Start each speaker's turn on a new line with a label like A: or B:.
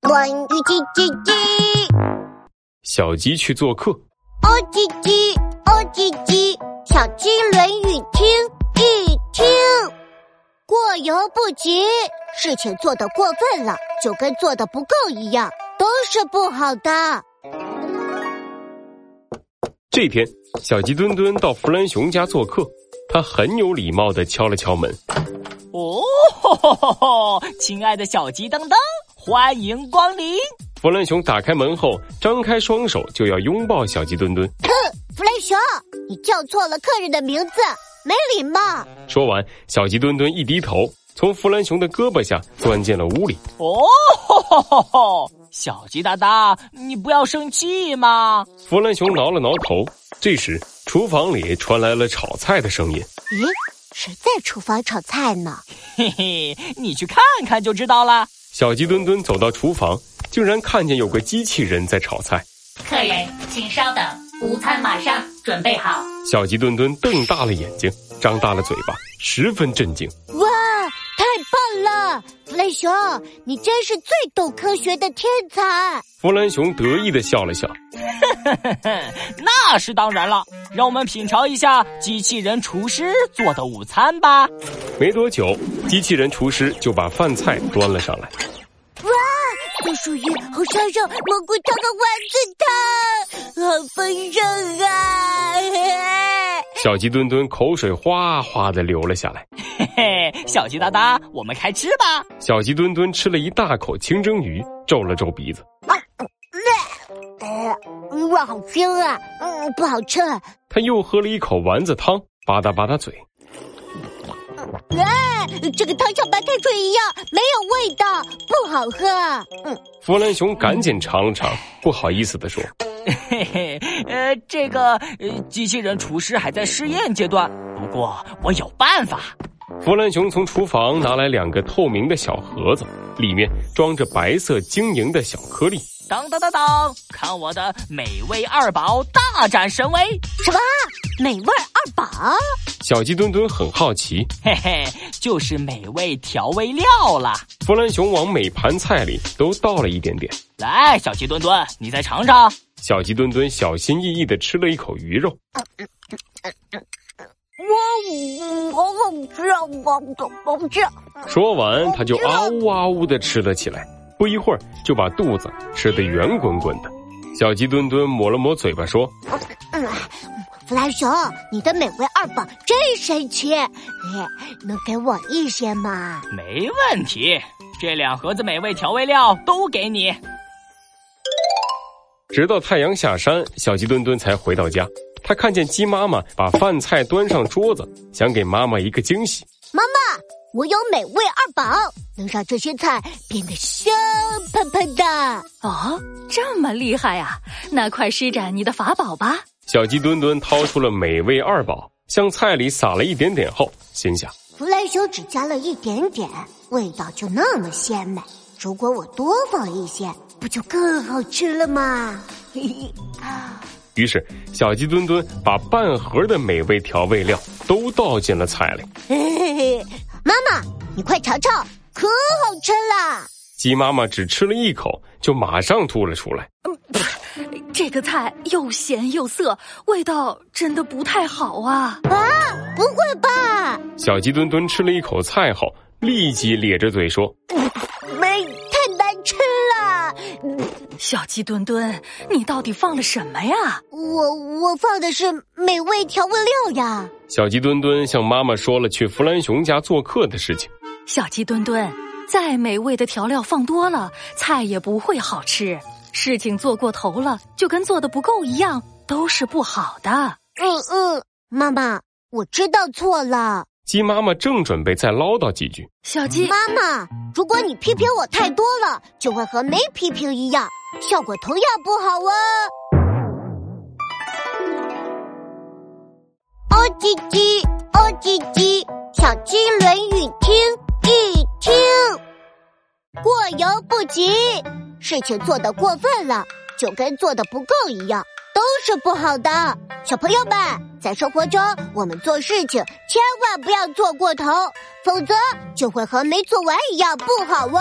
A: 关于鸡鸡鸡，
B: 小鸡去做客，
A: 哦鸡鸡哦鸡鸡，小鸡《论语》听一听。过犹不及，事情做得过分了，就跟做得不够一样，都是不好的。
B: 这天，小鸡墩墩到弗兰熊家做客，他很有礼貌的敲了敲门。
C: 哦，吼吼吼吼！哦亲爱的小鸡噔噔，欢迎光临。
B: 弗兰熊打开门后，张开双手就要拥抱小鸡墩墩。
A: 弗雷熊，哦你叫错了客人的名字，没礼貌。
B: 说完，小鸡墩墩一低头，从弗兰熊的胳膊下钻进了屋里。
C: 哦，吼吼吼吼！哦小鸡哒哒，你不要生气嘛。
B: 弗兰熊挠了挠头。这时，厨房里传来了炒菜的声音。
A: 咦，谁在厨房炒菜呢？
C: 嘿嘿，你去看看就知道了。
B: 小鸡墩墩走到厨房，竟然看见有个机器人在炒菜。
D: 客人，请稍等，午餐马上准备好。
B: 小鸡墩墩瞪大了眼睛，张大了嘴巴，十分震惊。
A: 哇，太棒了！弗雷熊，你真是最懂科学的天才。
B: 弗兰熊得意的笑了笑。
C: 那是当然了，让我们品尝一下机器人厨师做的午餐吧。
B: 没多久，机器人厨师就把饭菜端了上来。
A: 哇，这属于红烧肉、蘑菇汤和丸子汤，好丰盛啊！
B: 小鸡墩墩口水哗哗的流了下来。
C: 嘿嘿，小鸡哒哒，我们开吃吧。
B: 小鸡墩墩吃了一大口清蒸鱼，皱了皱鼻子。
A: 呃，哇，好香啊！嗯，不好吃。
B: 他又喝了一口丸子汤，吧嗒吧嗒嘴。
A: 哎，这个汤像白开水一样，没有味道，不好喝。嗯，
B: 弗兰熊赶紧尝了尝，不好意思的说
C: 嘿嘿，呃，这个呃，机器人厨师还在试验阶段，不过我有办法。：“
B: 弗兰熊从厨房拿来两个透明的小盒子，里面装着白色晶莹的小颗粒。
C: 当当当当，看我的美味二宝大展神威！
A: 什么？美味儿二宝？”
B: 小鸡墩墩很好奇，
C: 嘿嘿，就是美味调味料啦。
B: 弗兰熊往每盘菜里都倒了一点点。
C: 来，小鸡墩墩，你再尝尝。
B: 小鸡墩墩小心翼翼地吃了一口鱼肉，
A: 我我我不吃，我我不吃。
B: 说完他就啊呜啊呜地吃了起来。不一会儿就把肚子吃得圆滚滚的。小鸡墩墩抹了抹嘴巴说
A: 嗯，弗兰熊，你的美味二宝真神奇，哎能给我一些吗？
C: 没问题，这两盒子美味调味料都给你。：“
B: 直到太阳下山，小鸡墩墩才回到家。他看见鸡妈妈把饭菜端上桌子，想给妈妈一个惊喜。
A: 妈妈，我有美味二宝，能让这些菜变得香喷喷的。
E: 哦，这么厉害啊！那快施展你的法宝吧。
B: 小鸡墩墩掏出了美味二宝，向菜里撒了一点点后，心想。”
A: 弗兰熊只加了一点点，味道就那么鲜美。如果我多放一些，不就更好吃了吗？ 嘿嘿，
B: 于是，小鸡墩墩把半盒的美味调味料都倒进了菜里。
A: 嘿嘿，妈妈，你快尝尝，可好吃了！
B: 鸡妈妈只吃了一口，就马上吐了出来。
E: 这个菜又咸又涩，味道真的不太好啊。
A: 不会吧？
B: 小鸡墩墩吃了一口菜后，立即咧着嘴说
A: 没，太难吃了。
E: 小鸡墩墩，你到底放了什么呀？
A: 我我放的是美味调味料呀。：“
B: 小鸡墩墩向妈妈说了去弗兰熊家做客的事情。
E: 小鸡墩墩，再美味的调料放多了，菜也不会好吃。事情做过头了，就跟做的不够一样，都是不好的。
A: 嗯嗯，妈妈，我知道错了。”
B: 鸡妈妈正准备再唠叨几句，
E: 小鸡，
A: 妈妈，如果你批评我太多了，就会和没批评一样，效果同样不好哦。哦唧唧，哦唧唧，小鸡《论语》听一听。过犹不及，事情做得过分了，就跟做得不够一样，都是不好的。小朋友们，在生活中，我们做事情千万不要做过头，否则就会和没做完一样不好哦。